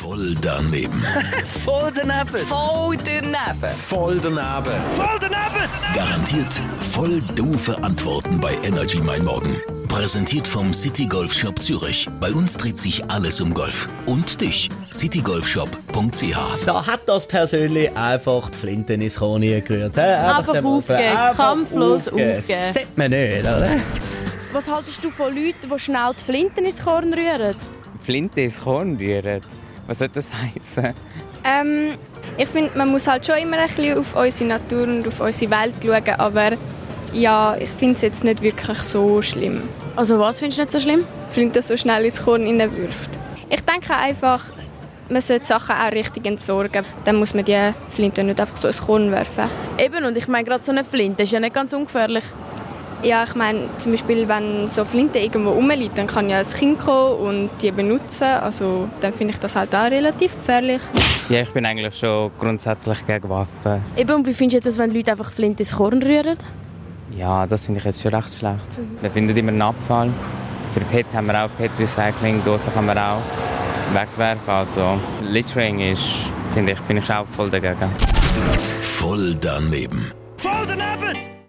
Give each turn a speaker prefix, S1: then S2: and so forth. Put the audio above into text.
S1: Voll daneben.
S2: Voll daneben.
S3: Voll daneben.
S4: Voll daneben.
S2: Voll daneben.
S1: Garantiert voll doofe Antworten bei Energy Mein Morgen. Präsentiert vom City Golf Shop Zürich. Bei uns dreht sich alles um Golf. Und dich, citygolfshop.ch.
S4: Da hat das persönlich einfach die Flinte ins Korn gerührt. hä?
S5: Einfach
S4: den
S5: aufgeben.
S4: Einfach
S5: Kampflos aufgeben.
S4: Das sieht man nicht, oder?
S5: Was haltest du von Leuten, die schnell die Flinten ins Korn rühren?
S6: Flinte ins Korn rühren. Was soll das heißen?
S7: Ähm, ich finde, man muss halt schon immer ein bisschen auf unsere Natur und auf unsere Welt schauen, aber ja, ich finde es jetzt nicht wirklich so schlimm.
S5: Also was findest du nicht so schlimm?
S7: Flinte so schnell ins Korn hineinwirft. Ich denke einfach, man sollte Sachen auch richtig entsorgen. Dann muss man die Flinte nicht einfach so ins Korn werfen.
S5: Eben, und ich meine gerade so eine Flinte ist ja nicht ganz ungefährlich.
S7: Ja, ich meine, zum Beispiel, wenn so Flinte irgendwo rumliegt, dann kann ja ein Kind kommen und die benutzen. Also dann finde ich das halt auch relativ gefährlich.
S6: Ja, ich bin eigentlich schon grundsätzlich gegen Waffen.
S5: Eben, und wie findest du das, wenn Leute einfach Flinte ins Korn rühren?
S6: Ja, das finde ich jetzt schon recht schlecht. Wir finden immer einen Abfall. Für PET haben wir auch PET-Recycling, Dosen kann man auch wegwerfen. Also Littering ist, finde ich, bin ich auch voll dagegen.
S1: Voll daneben.
S2: Voll daneben.